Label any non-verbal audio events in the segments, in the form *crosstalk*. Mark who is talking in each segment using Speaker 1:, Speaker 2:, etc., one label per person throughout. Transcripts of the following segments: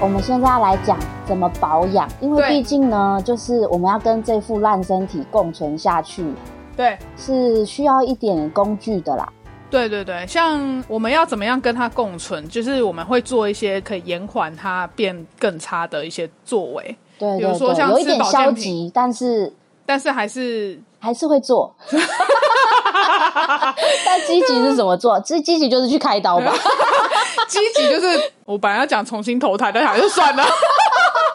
Speaker 1: 我们现在要来讲怎么保养，因为
Speaker 2: 对
Speaker 1: 毕竟呢，就是我们要跟这副烂身体共存下去，
Speaker 2: 对
Speaker 1: 是需要一点工具的啦。
Speaker 2: 对对对，像我们要怎么样跟它共存，就是我们会做一些可以延缓它变更差的一些作为，
Speaker 1: 对
Speaker 2: 比如
Speaker 1: 对
Speaker 2: 说像
Speaker 1: 对，有一
Speaker 2: 吃
Speaker 1: 点
Speaker 2: 保健
Speaker 1: 消
Speaker 2: 品
Speaker 1: 极，但是
Speaker 2: 但是还是
Speaker 1: 还是会做。 *laughs* 但积极是怎么做？积积极就是去开刀吧。
Speaker 2: 积极就是我本来要讲重新投胎，但想就算了。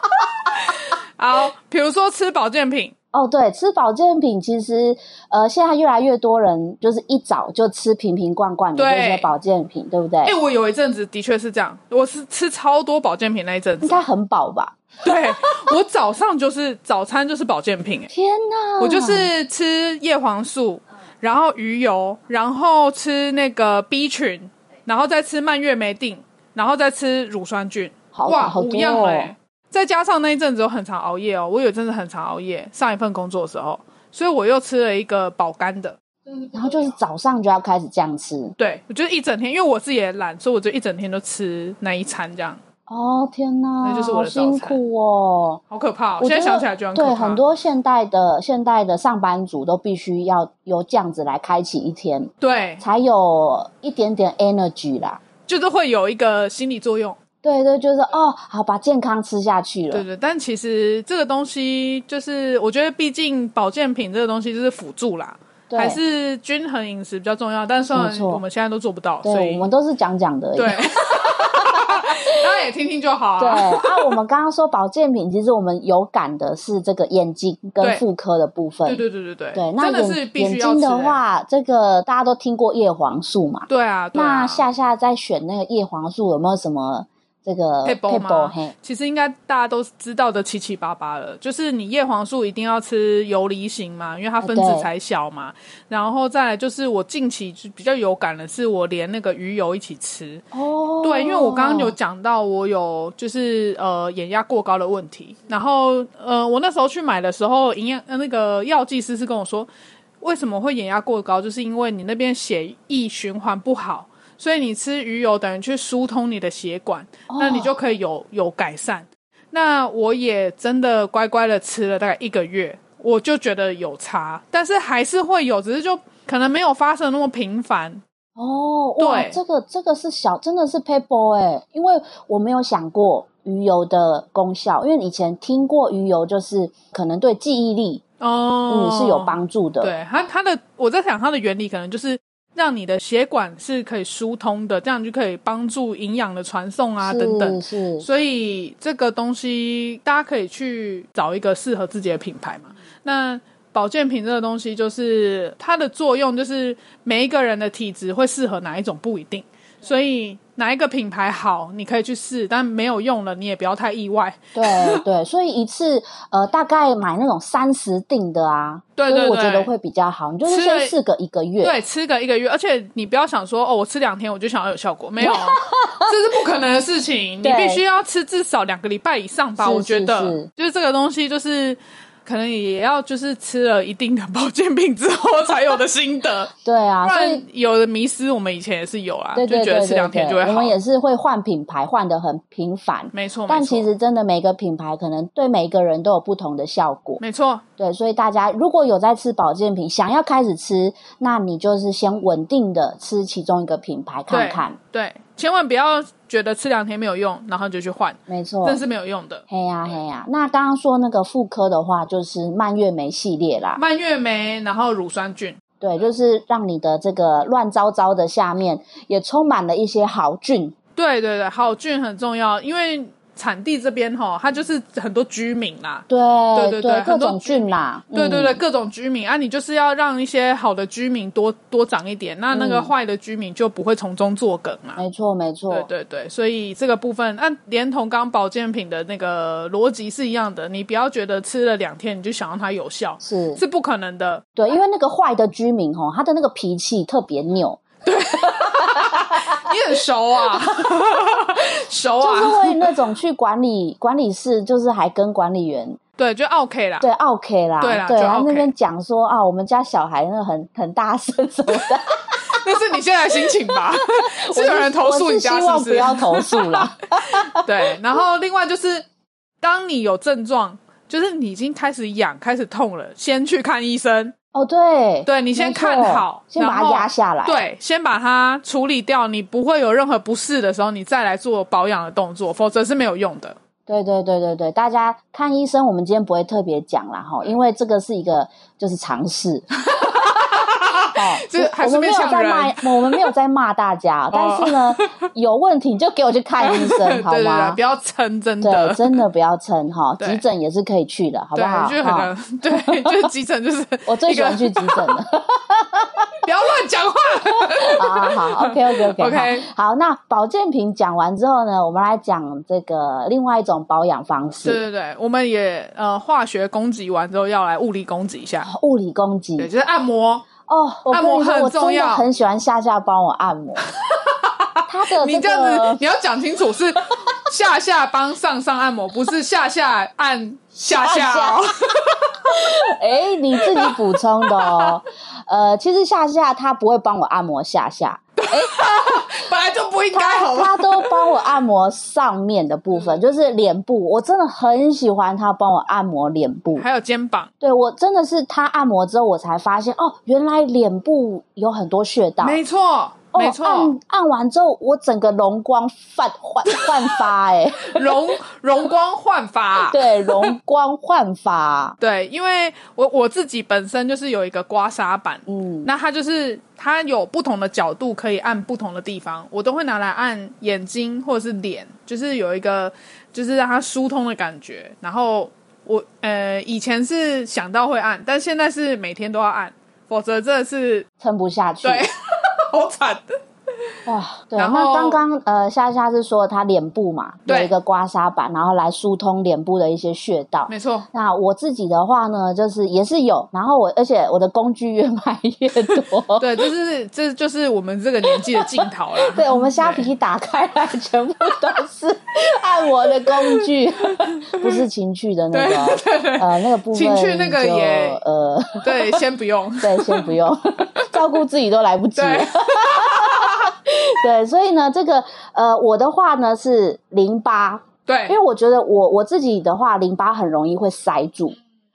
Speaker 2: *laughs* 好，比如说吃保健品，
Speaker 1: 哦，对，吃保健品其实，呃，现在越来越多人就是一早就吃瓶瓶罐罐的
Speaker 2: 对
Speaker 1: 这些保健品，对不对？
Speaker 2: 哎、我有一阵子的确是这样，我是吃超多保健品那一阵
Speaker 1: 应
Speaker 2: 子，
Speaker 1: 该很饱吧？
Speaker 2: 对我早上就是早餐就是保健品、哎，
Speaker 1: 天哪！
Speaker 2: 我就是吃叶黄素，
Speaker 1: 嗯
Speaker 2: 然后鱼油，然后吃那个 B 群，然后再吃蔓越莓定，然后再吃乳酸菌，
Speaker 1: 好
Speaker 2: 哇，
Speaker 1: 好
Speaker 2: 五
Speaker 1: 多
Speaker 2: 样
Speaker 1: 哦
Speaker 2: 哎、再加上那一阵子我很常熬夜哦，我有一阵子很常熬夜，上一份工作的时候，所以我又吃了一个保肝的。
Speaker 1: 然后就是早上就要开始这样吃。
Speaker 2: 对，我就是一整天，因为我自己也懒，所以我就一整天都吃那一餐，这样
Speaker 1: 哦天哪，
Speaker 2: 那就是我的
Speaker 1: 好辛
Speaker 2: 早餐
Speaker 1: 苦哦！
Speaker 2: 好可怕、哦。
Speaker 1: 我
Speaker 2: 现在
Speaker 1: 觉
Speaker 2: 想
Speaker 1: 得
Speaker 2: 起来就很可
Speaker 1: 对
Speaker 2: 怕。
Speaker 1: 很多现代的现代的上班族都必须要由这样子来开启一天，
Speaker 2: 对，
Speaker 1: 才有一点点 energy 啦。
Speaker 2: 就是会有一个心理作用。
Speaker 1: 对对，就是哦，好把健康吃下去了。
Speaker 2: 对对，但其实这个东西就是，我觉得毕竟保健品这个东西就是辅助啦，
Speaker 1: 对
Speaker 2: 还是均衡饮食比较重要。但虽
Speaker 1: 没
Speaker 2: 然
Speaker 1: 错
Speaker 2: 我们现在都做不到，所
Speaker 1: 对，
Speaker 2: 以
Speaker 1: 我们都是讲讲的而已。
Speaker 2: 对，大家也听听就好、
Speaker 1: 对
Speaker 2: 啊。
Speaker 1: 啊，我们刚刚说保健品，其实我们有感的是这个眼睛
Speaker 2: 对
Speaker 1: 跟妇科的部分。
Speaker 2: 对对对对对
Speaker 1: 对那
Speaker 2: 真的
Speaker 1: 眼
Speaker 2: 是必须
Speaker 1: 眼
Speaker 2: 要
Speaker 1: 睛
Speaker 2: 吃、欸
Speaker 1: 的话，这个大家都听过叶黄素嘛？
Speaker 2: 对啊，对啊
Speaker 1: 那夏夏在选那个叶黄素有没有什么这个
Speaker 2: 配包吗
Speaker 1: 嘿，
Speaker 2: 其实应该大家都知道的七七八八了，就是你叶黄素一定要吃游离型嘛，因为
Speaker 1: 哦
Speaker 2: 它分子才小嘛。然后再来就是我近期就比较有感的是，我连那个鱼油一起吃。
Speaker 1: 哦，
Speaker 2: 对，因为我刚刚有讲到我有就是呃眼压过高的问题，然后呃我那时候去买的时候，营养呃那个药剂师是跟我说，为什么会眼压过高，就是因为你那边血液循环不好，所以你吃鱼油等于去疏通你的血管，
Speaker 1: 哦
Speaker 2: 那你就可以有有改善。那我也真的乖乖的吃了大概一个月，我就觉得有差，但是还是会有，只是就可能没有发生那么频繁。
Speaker 1: 哦，哇，
Speaker 2: 对
Speaker 1: 这个这个是小，真的是 paper 哎、因为我没有想过鱼油的功效，因为以前听过鱼油就是可能对记忆力
Speaker 2: 哦，
Speaker 1: 嗯是有帮助的，
Speaker 2: 对它它的，我在想它的原理可能就是让你的血管是可以疏通的，这样就可以帮助营养的传送啊等等。
Speaker 1: 是是
Speaker 2: 所以这个东西大家可以去找一个适合自己的品牌嘛。那保健品这个东西，就是它的作用，就是每一个人的体质会适合哪一种不一定，所以哪一个品牌好，你可以去试，但没有用了，你也不要太意外。
Speaker 1: 对对，所以一次呃大概买那种三十定的啊，
Speaker 2: 对对
Speaker 1: 所以我觉
Speaker 2: 对
Speaker 1: 得会比较好，你就是
Speaker 2: 吃了
Speaker 1: 先试个一个月，
Speaker 2: 对，吃个一个月，而且你不要想说哦，我吃两天我就想要有效果，
Speaker 1: *laughs*
Speaker 2: 没有，这是不可能的事情。你
Speaker 1: 对
Speaker 2: 必须要吃至少两个礼拜以上吧，
Speaker 1: 是
Speaker 2: 我觉
Speaker 1: 是
Speaker 2: 得
Speaker 1: 是
Speaker 2: 就是这个东西，就是可能也要就是吃了一定的保健品之后才有的
Speaker 1: *laughs*
Speaker 2: 心得，
Speaker 1: 对啊，
Speaker 2: 不
Speaker 1: 所以
Speaker 2: 然有的迷失我们以前也是有啊，
Speaker 1: 对对
Speaker 2: 就觉
Speaker 1: 对
Speaker 2: 得吃
Speaker 1: 对
Speaker 2: 两天就会
Speaker 1: 对，我
Speaker 2: 好
Speaker 1: 们。也是会换品牌，换的很频繁。
Speaker 2: 没错，
Speaker 1: 但
Speaker 2: 没错
Speaker 1: 其实真的每个品牌可能对每个人都有不同的效果，
Speaker 2: 没错，
Speaker 1: 对，所以大家如果有在吃保健品，想要开始吃，那你就是先稳定的吃其中一个品牌看看，
Speaker 2: 对，千万不要觉得吃两天没有用，然后就去换，
Speaker 1: 没错
Speaker 2: 这。是没有用的。
Speaker 1: 嘿呀、嘿呀、那刚刚说那个妇科的话，就是蔓越莓系列啦，
Speaker 2: 蔓越莓，然后乳酸菌，
Speaker 1: 对，就是让你的这个乱糟糟的下面也充满了一些好菌，
Speaker 2: 对对对，好菌很重要，因为产地这边哈，它就是很多居民啦。
Speaker 1: 对
Speaker 2: 对对对
Speaker 1: 各
Speaker 2: 很多
Speaker 1: 种菌啦，
Speaker 2: 对对
Speaker 1: 嗯
Speaker 2: 对，各种居民啊，你就是要让一些好的居民多多长一点，那那个
Speaker 1: 嗯
Speaker 2: 坏的居民就不会从中作梗嘛。
Speaker 1: 没错没错，
Speaker 2: 对对对，所以这个部分，按、连同刚保健品的那个逻辑是一样的，你不要觉得吃了两天你就想让它有效，
Speaker 1: 是
Speaker 2: 是不可
Speaker 1: *laughs*
Speaker 2: 能的。
Speaker 1: 对，因为那个坏的居民吼，他的那个脾气特别拗，
Speaker 2: 你很熟啊， *laughs* 熟
Speaker 1: 就是
Speaker 2: 啊，
Speaker 1: 会那种去管理管理室，就是还跟管理员
Speaker 2: 对，就 OK 啦。
Speaker 1: 对 OK 啦，
Speaker 2: 对啦就
Speaker 1: 然后
Speaker 2: OK
Speaker 1: 那边讲说啊，我们家小孩那个很很大声什么的，
Speaker 2: 那是你现在的心情
Speaker 1: *laughs*
Speaker 2: 吧？ *laughs* 是有人投诉你家
Speaker 1: 我是希
Speaker 2: 是
Speaker 1: 望
Speaker 2: 不
Speaker 1: 不
Speaker 2: 是？
Speaker 1: 要投诉
Speaker 2: *laughs*
Speaker 1: 啦。 *laughs*
Speaker 2: 对，然后另外就是，当你有症状，就是你已经开始痒、开始痛了，先去看医生。
Speaker 1: 哦，对，
Speaker 2: 对你先
Speaker 1: 没错
Speaker 2: 看好
Speaker 1: 先把
Speaker 2: 然
Speaker 1: 它
Speaker 2: 后
Speaker 1: 压下来。，
Speaker 2: 对，先把它处理掉，你不会有任何不适的时候，你再来做保养的动作，否则是没有
Speaker 1: *laughs*
Speaker 2: 用的。
Speaker 1: 对对对对对，大家看医生，我们今天不会特别讲啦哈，因为这个是一个就是尝
Speaker 2: *laughs*
Speaker 1: 试。哦，
Speaker 2: 这还是
Speaker 1: 我们没
Speaker 2: 面
Speaker 1: 有
Speaker 2: 向
Speaker 1: 在
Speaker 2: 人 *laughs* 哦
Speaker 1: 骂，我们没有在骂大家，但是呢，有问题你就给我去看医生，嗯好
Speaker 2: 对对对，
Speaker 1: 吗
Speaker 2: 不？要撑，真
Speaker 1: 对，
Speaker 2: 的。
Speaker 1: 真的不要撑哈，
Speaker 2: 对
Speaker 1: 急诊也是可以去的，好不
Speaker 2: 对
Speaker 1: 好？，
Speaker 2: 就很
Speaker 1: 哈
Speaker 2: 难，对， *laughs* 就是急诊，就是
Speaker 1: *laughs* 我最
Speaker 2: 一
Speaker 1: 喜
Speaker 2: 个
Speaker 1: 欢去急诊
Speaker 2: *laughs*
Speaker 1: 了。
Speaker 2: 不要乱讲话。
Speaker 1: 啊，好，OK OK OK，,
Speaker 2: *laughs* OK
Speaker 1: 好好，那保健品讲完之后呢，我们来讲这个另外一种保养方
Speaker 2: 对
Speaker 1: 式，
Speaker 2: 对对，我们也呃化学攻击完之后，要来物理攻击一下，
Speaker 1: 物理攻击
Speaker 2: 对，就是按摩。
Speaker 1: 哦。我
Speaker 2: 按
Speaker 1: 跟
Speaker 2: 摩
Speaker 1: 你说，
Speaker 2: 很
Speaker 1: 我
Speaker 2: 重
Speaker 1: 真的
Speaker 2: 要
Speaker 1: 很喜欢夏夏帮我按
Speaker 2: *laughs*
Speaker 1: 摩，他哦的
Speaker 2: 你
Speaker 1: 这
Speaker 2: 这样子
Speaker 1: 个，
Speaker 2: 你要讲清楚是下下帮上上按摩，不是下下按下下
Speaker 1: *laughs*
Speaker 2: 哦。
Speaker 1: 哎，你自己补充的哦。呃，其实夏夏他不会帮我按摩下下，
Speaker 2: 本来就不应该，好
Speaker 1: 他他
Speaker 2: 吧？
Speaker 1: 都帮我按摩上面的部分，就是脸部。我真的很喜欢他帮我按摩脸部，
Speaker 2: 还有肩膀，
Speaker 1: 对我真的是他按摩之后，我才发现哦，原来脸部有很多穴道。
Speaker 2: 没错，
Speaker 1: 哦
Speaker 2: 没，错，
Speaker 1: 按按完之后，我整个容光焕焕焕发、哎，
Speaker 2: 容容光焕发。
Speaker 1: 对，容光焕发，
Speaker 2: 对，因为我我自己本身就是有一个刮痧板，
Speaker 1: 嗯，
Speaker 2: 那它就是它有不同的角度可以按不同的地方，我都会拿来按眼睛或者是脸，就是有一个就是让它疏通的感觉。然后我呃以前是想到会按，但现在是每天都要按，否则真的是
Speaker 1: 撑不下去，
Speaker 2: *laughs* 对好惨。
Speaker 1: 哇，对。啊
Speaker 2: 然
Speaker 1: 那
Speaker 2: 后
Speaker 1: 刚刚呃，夏夏是说他脸部嘛，有
Speaker 2: 对
Speaker 1: 一个刮痧板，然后来疏通脸部的一些穴道。
Speaker 2: 没错，
Speaker 1: 那我自己的话呢，就是也是有，然后我而且我的工具越买越多，
Speaker 2: 对，就是这就是我们这个年纪的镜头了。
Speaker 1: *laughs* 对我们虾皮打开来，全部都是按摩的工具，不是情趣的那个，呃，那个部分
Speaker 2: 情趣那个
Speaker 1: 就
Speaker 2: 也
Speaker 1: 呃，
Speaker 2: 对，先不用。
Speaker 1: 对，先不用， *laughs* 照顾自己都来不及了
Speaker 2: 对。
Speaker 1: 对，所以呢，这个呃，我的话呢是淋巴，因
Speaker 2: 对
Speaker 1: 为我觉得我我自己的话，淋巴很容易会塞住。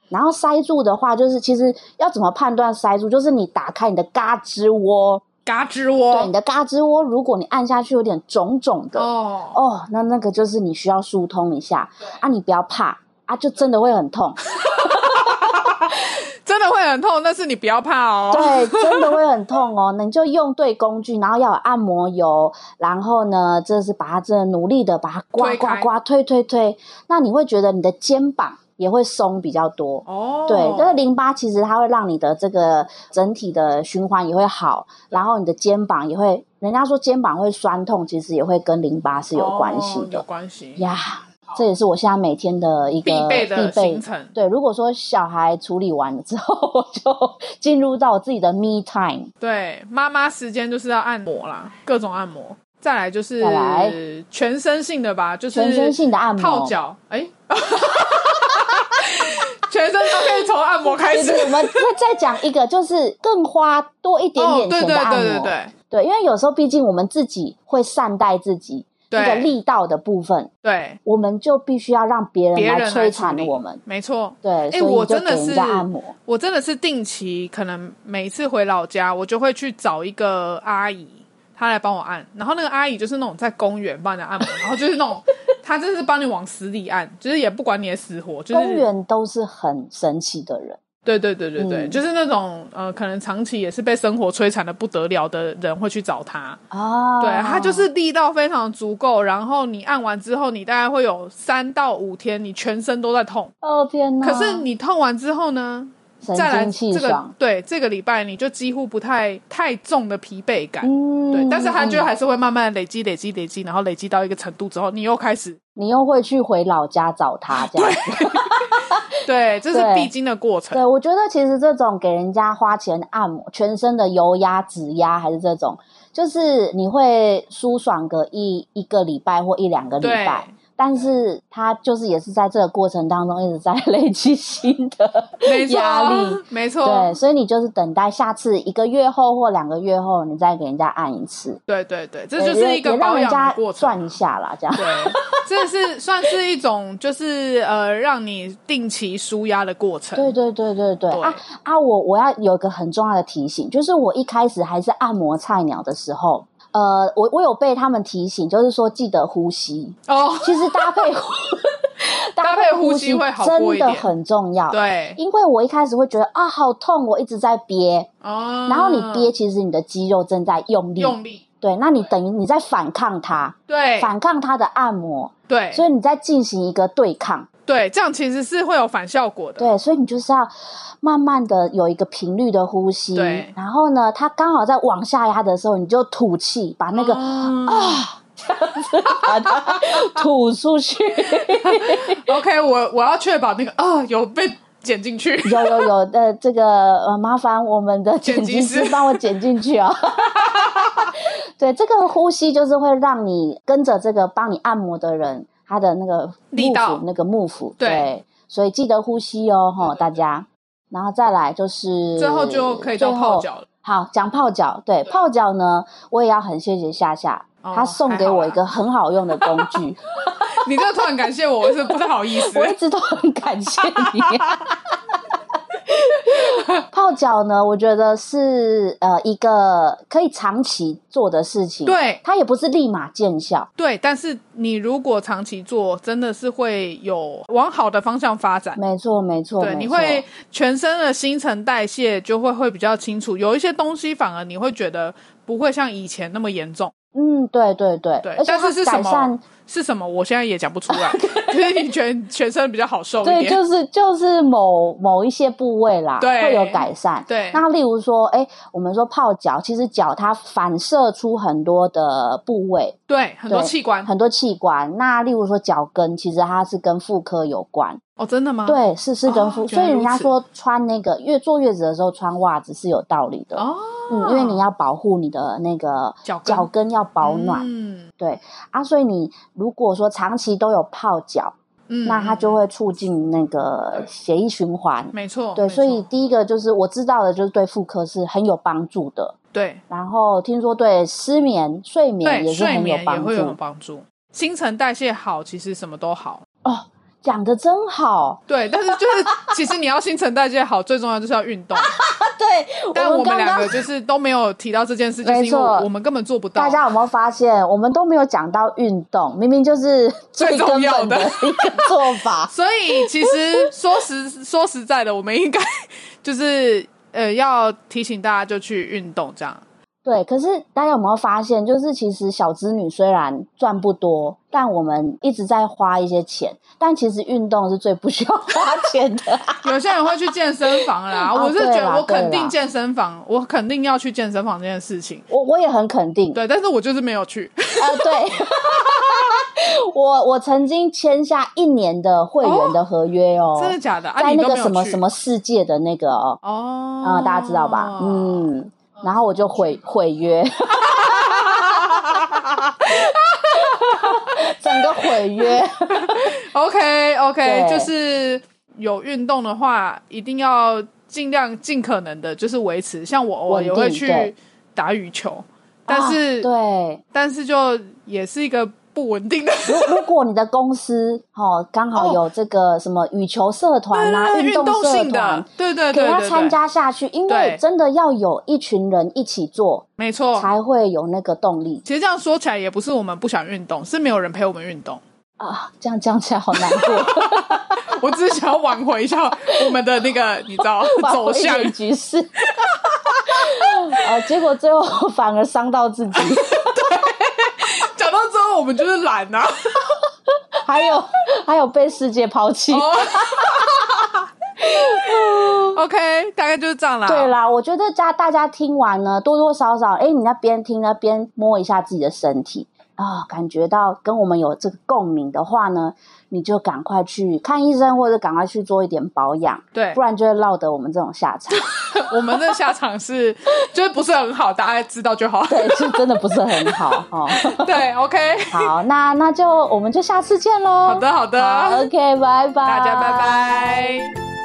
Speaker 1: 然后塞住的话，就是其实要怎么判断塞住，就是你打开你的嘎吱窝，
Speaker 2: 嘎吱
Speaker 1: 对，你
Speaker 2: 窝
Speaker 1: 的嘎吱窝，如果你按下去有点肿肿的，
Speaker 2: 哦，
Speaker 1: 哦，那那个就是你需要疏通一下啊，你不要怕啊，就真的会很痛，
Speaker 2: 真的会很痛，但是你不要怕哦。
Speaker 1: 对，真的会很痛
Speaker 2: *laughs*
Speaker 1: 哦。你就用对工具，然后要有按摩油，然后呢，这是把它真的努力的把它刮
Speaker 2: 推
Speaker 1: 刮
Speaker 2: 开
Speaker 1: 刮推推推，那你会觉得你的肩膀也会松比较多。
Speaker 2: 哦，
Speaker 1: 对，这个淋巴其实它会让你的这个整体的循环也会好，然后你的肩膀也会，人家说肩膀会酸痛，其实也会跟淋巴是有关系
Speaker 2: 哦
Speaker 1: 的。
Speaker 2: 有关系，
Speaker 1: 呀，这也是我现在每天的一个
Speaker 2: 必备的
Speaker 1: 必备
Speaker 2: 行程
Speaker 1: 对，如果说小孩处理完了之后， *laughs* 我就进入到我自己的 me time。
Speaker 2: 对，妈妈时间就是要按摩啦，各种按摩。再来就是
Speaker 1: 再来
Speaker 2: 全身性的吧，就是
Speaker 1: 全身性的按摩
Speaker 2: 泡脚，哎、 *laughs* 全身都可以从按摩开
Speaker 1: 对
Speaker 2: 始。
Speaker 1: 对，我们会再讲一个，就是更花多一点
Speaker 2: 哦，
Speaker 1: 点
Speaker 2: 对
Speaker 1: 钱
Speaker 2: 对
Speaker 1: 的按摩。
Speaker 2: 对对对
Speaker 1: 对因为有时候毕竟我们自己会善待自己，那个
Speaker 2: 对
Speaker 1: 力道的部分，
Speaker 2: 对，
Speaker 1: 我们就必须要让别人
Speaker 2: 别人
Speaker 1: 来
Speaker 2: 来
Speaker 1: 摧
Speaker 2: 处
Speaker 1: 残
Speaker 2: 理
Speaker 1: 我们。
Speaker 2: 没错。
Speaker 1: 对，
Speaker 2: 哎
Speaker 1: 所以
Speaker 2: 我
Speaker 1: 就
Speaker 2: 真的
Speaker 1: 给人家
Speaker 2: 是
Speaker 1: 按摩。
Speaker 2: 我真的是定期，可能每次回老家，我就会去找一个阿姨，她来帮我按。然后那个阿姨就是那种在公园帮人家按摩，然后就是
Speaker 1: *laughs*
Speaker 2: 那种她真的是帮你往死里按，就是也不管你的死活，就是
Speaker 1: 公园都是很神奇的人，
Speaker 2: 对对对对对，
Speaker 1: 嗯
Speaker 2: 就是那种呃，可能长期也是被生活摧残的不得了的人会去找他。
Speaker 1: 啊，
Speaker 2: 对，他就是力道非常足够，然后你按完之后，你大概会有三到五天，你全身都在痛。
Speaker 1: 哦天哪！
Speaker 2: 可是你痛完之后呢，
Speaker 1: 神
Speaker 2: 再来
Speaker 1: 清气
Speaker 2: 这个
Speaker 1: 爽，
Speaker 2: 对这个礼拜你就几乎不太太重的疲惫感。
Speaker 1: 嗯，
Speaker 2: 对，但是他就
Speaker 1: 嗯
Speaker 2: 还是会慢慢地累积、累积、累积，然后累积到一个程度之后，你又开始
Speaker 1: 你又会去回老家找
Speaker 2: *laughs*
Speaker 1: 他这样子。
Speaker 2: 对，这是
Speaker 1: 对
Speaker 2: 必经的过程。
Speaker 1: 对，我觉得其实这种给人家花钱按摩，全身的油压、指压，还是这种，就是你会舒爽个一一个礼拜或一两个礼
Speaker 2: 对
Speaker 1: 拜。但是他就是也是在这个过程当中一直在 *laughs* 累积新的
Speaker 2: 没错
Speaker 1: 压力，，
Speaker 2: *laughs* 没
Speaker 1: 对，
Speaker 2: 错，
Speaker 1: 所以你就是等待下次一个月后或两个月后，你再给人家按一次，
Speaker 2: 对对对，这
Speaker 1: 对
Speaker 2: 就是
Speaker 1: 也
Speaker 2: 一个
Speaker 1: 也让
Speaker 2: 保
Speaker 1: 人
Speaker 2: 养
Speaker 1: 家
Speaker 2: 的过程。
Speaker 1: 转一下啦，这样。
Speaker 2: 对，这是 *laughs* 算是一种，就是呃，让你定期舒压的过程。
Speaker 1: 对对对对对
Speaker 2: 对
Speaker 1: 啊啊！我我要有一个很重要的提醒，就是我一开始还是按摩菜鸟的时候，呃，我我有被他们提醒，就是说记得呼吸。
Speaker 2: 哦，
Speaker 1: 其实搭配
Speaker 2: *laughs* 搭配呼吸会好
Speaker 1: *laughs*
Speaker 2: 过
Speaker 1: 真
Speaker 2: 一
Speaker 1: 的
Speaker 2: 点
Speaker 1: 很重要。
Speaker 2: 对，
Speaker 1: 因为我一开始会觉得啊好痛，我一直在憋，
Speaker 2: 哦，
Speaker 1: 然后你憋，其实你的肌肉正在用力，
Speaker 2: 用力，
Speaker 1: 对，那你等于你在反抗它，
Speaker 2: 对
Speaker 1: 反抗它的按摩，
Speaker 2: 对
Speaker 1: 所以你在进行一个对抗，
Speaker 2: 对，这样其实是会有反效果的。
Speaker 1: 对，所以你就是要慢慢的有一个频率的呼吸
Speaker 2: 对，
Speaker 1: 然后呢，它刚好在往下压的时候，你就吐气，把那个
Speaker 2: 啊
Speaker 1: *laughs* 把
Speaker 2: *laughs*
Speaker 1: 它吐出去，
Speaker 2: ，OK，我我要确保那个啊有被剪进 *laughs* 去。
Speaker 1: 有有有的这个呃，麻烦我们的剪辑
Speaker 2: 剪辑
Speaker 1: 师
Speaker 2: 师
Speaker 1: 帮我剪进去哦。 *laughs* 对，这个呼吸就是会让你跟着这个帮你按摩的人，他的那个
Speaker 2: 力
Speaker 1: 幕
Speaker 2: 道
Speaker 1: 府那个幕府，
Speaker 2: 对
Speaker 1: 对，所以记得呼吸哦，吼大家。然后再来就是
Speaker 2: 最后就可以到
Speaker 1: 最
Speaker 2: 泡
Speaker 1: 后
Speaker 2: 脚了。
Speaker 1: 好，讲泡脚，对
Speaker 2: 对
Speaker 1: 泡脚呢，我也要很谢谢夏夏，
Speaker 2: 哦
Speaker 1: 他送给
Speaker 2: 还好啊
Speaker 1: 我
Speaker 2: 啦
Speaker 1: 一个很好用的工
Speaker 2: *laughs*
Speaker 1: 具，
Speaker 2: 你这个突然感谢我， *laughs* 我是不太好意思。
Speaker 1: 我一直都很感谢你。泡脚呢，我觉得是呃一个可以长期做的事情，，
Speaker 2: 对
Speaker 1: 它也不是立马见效，
Speaker 2: 对，但是你如果长期做，真的是会有往好的方向发展。
Speaker 1: 没错没错，
Speaker 2: 对，
Speaker 1: 没
Speaker 2: 你
Speaker 1: 错
Speaker 2: 会全身的新陈代谢就会会比较清楚，有一些东西反而你会觉得不会像以前那么严重。
Speaker 1: 嗯，对对对，
Speaker 2: 对
Speaker 1: 而且
Speaker 2: 但是
Speaker 1: 它
Speaker 2: 是什
Speaker 1: 改
Speaker 2: 么
Speaker 1: 善，
Speaker 2: 是什么？我现在也讲不出来， *laughs* 就是你全全身比较好受一
Speaker 1: 对，
Speaker 2: 点。
Speaker 1: 就是就是某某一些部位啦，
Speaker 2: 对
Speaker 1: 会有改善。
Speaker 2: 对
Speaker 1: 那例如说，哎，我们说泡脚，其实脚它反射出很多的部位，
Speaker 2: 对，很多
Speaker 1: 对
Speaker 2: 器官
Speaker 1: 很多器官。那例如说脚跟，其实它是跟妇科有关，
Speaker 2: 哦，真的吗？
Speaker 1: 对，是是跟妇。
Speaker 2: 哦
Speaker 1: 所以人
Speaker 2: 原来
Speaker 1: 家
Speaker 2: 如此
Speaker 1: 说穿那个越坐月子的时候穿袜子是有道理的，
Speaker 2: 哦，
Speaker 1: 嗯，因为你要保护你的那个
Speaker 2: 脚跟
Speaker 1: 脚跟要保暖、
Speaker 2: 嗯
Speaker 1: 啊，所以你如果说长期都有泡脚，
Speaker 2: 嗯，
Speaker 1: 那它就
Speaker 2: 会
Speaker 1: 会促进那个血液循环。
Speaker 2: 没错，
Speaker 1: 对，
Speaker 2: 哦没
Speaker 1: 所以
Speaker 2: 错
Speaker 1: 第一个就是我知道的，就是对妇科是很有帮助的。
Speaker 2: 对
Speaker 1: 然后听说对失眠、睡眠
Speaker 2: 对
Speaker 1: 也是
Speaker 2: 睡
Speaker 1: 很有
Speaker 2: 眠也
Speaker 1: 帮
Speaker 2: 会有
Speaker 1: 助。
Speaker 2: 帮助，新陈代谢好，其实什么都好。
Speaker 1: 讲的真好，
Speaker 2: 对，但是就是其实你要新陈代谢好，最重要就是要运
Speaker 1: *laughs*
Speaker 2: 动。
Speaker 1: 对
Speaker 2: 啊但
Speaker 1: 我
Speaker 2: 我们
Speaker 1: 刚
Speaker 2: 两个
Speaker 1: 刚。
Speaker 2: 就是都没有提到这件事，就
Speaker 1: 没
Speaker 2: 是因为
Speaker 1: 错
Speaker 2: 我们根本做不到。
Speaker 1: *laughs* 大家有没有发现，我们都没有讲到运动，明明就是最
Speaker 2: *laughs* 最重
Speaker 1: 根
Speaker 2: 要
Speaker 1: 本
Speaker 2: 的。
Speaker 1: 的一个做法
Speaker 2: 所以其
Speaker 1: *laughs*
Speaker 2: 实说实说实在的，我们应该就是呃要提醒大家就去运动这样。
Speaker 1: 对，可是大家有没有发现，就是其实小资女虽然赚不多，但我们一直在花一些钱，但其实运动是最不需要花钱的。 *laughs*
Speaker 2: 有些人会去健身房啦，
Speaker 1: 哦
Speaker 2: 我是觉
Speaker 1: 对
Speaker 2: 得
Speaker 1: 啦
Speaker 2: 我肯
Speaker 1: 对
Speaker 2: 定
Speaker 1: 啦
Speaker 2: 健身房，我肯定要去健身房这件事情。
Speaker 1: 我我也很肯定，
Speaker 2: 对，但是我就是没有去。
Speaker 1: 呃，对， *laughs* 我我曾经签下一年的会员的合约哦，
Speaker 2: *laughs* 真的假的？啊，
Speaker 1: 在
Speaker 2: 你
Speaker 1: 那
Speaker 2: 都
Speaker 1: 个
Speaker 2: 没有
Speaker 1: 什么
Speaker 2: 去
Speaker 1: 什么世界的那个哦，
Speaker 2: 哦
Speaker 1: 啊、大家知道吧？，嗯，然后我就毁毁约，
Speaker 2: *laughs*
Speaker 1: 整个毁约，
Speaker 2: OK
Speaker 1: 对
Speaker 2: OK，就是有运动的话，一定要尽量尽可能的，就是维持。像我偶尔也
Speaker 1: 稳
Speaker 2: 会
Speaker 1: 定
Speaker 2: 去
Speaker 1: 对
Speaker 2: 打羽球，但是、
Speaker 1: 啊对。
Speaker 2: 但是就也是一个不稳定的。
Speaker 1: 如果你的公司哦刚好
Speaker 2: 哦
Speaker 1: 有这个什么羽球社团 *laughs* 啊、
Speaker 2: 运
Speaker 1: 动
Speaker 2: 动
Speaker 1: 社
Speaker 2: 性
Speaker 1: 团
Speaker 2: 的，，对对
Speaker 1: 给
Speaker 2: 对
Speaker 1: 他
Speaker 2: 对
Speaker 1: 参
Speaker 2: 对，
Speaker 1: 加下去，因为
Speaker 2: 对
Speaker 1: 真的要有一群人一起做，
Speaker 2: 没错。
Speaker 1: 才会有那个动力
Speaker 2: 其实这样说起来，也不是我们不想运动，是没有人陪我们运动。
Speaker 1: 啊！这样讲起来好难
Speaker 2: *laughs*
Speaker 1: 过，
Speaker 2: 我只是想要挽回一下我们的那个，你知道走向
Speaker 1: *laughs* 挽回一。点局势。 *laughs* 哦，结果最后反而伤到自
Speaker 2: *laughs*
Speaker 1: 己。
Speaker 2: 讲到之后，我们就是懒 *laughs* 啊。
Speaker 1: 还有还有被世界抛弃。
Speaker 2: 哦 OK，大概就是这样啦。
Speaker 1: 对啦，我觉得家大家听完呢，多多少少，哎，你那边听呢，边摸一下自己的身体，啊、感觉到跟我们有这个共鸣的话呢，你就赶快去看医生，或者赶快去做一点保养，
Speaker 2: 对 *laughs*
Speaker 1: 不，然就会落得我们这种下场。
Speaker 2: 我们的下场是就是不是很好，大家知道就 *laughs* 好。
Speaker 1: 对，是真的不是很好哦。
Speaker 2: 对，OK，
Speaker 1: 好，那那就我们就下次见喽。
Speaker 2: 好的，好的，
Speaker 1: 好，OK，拜拜，
Speaker 2: 大家拜。拜。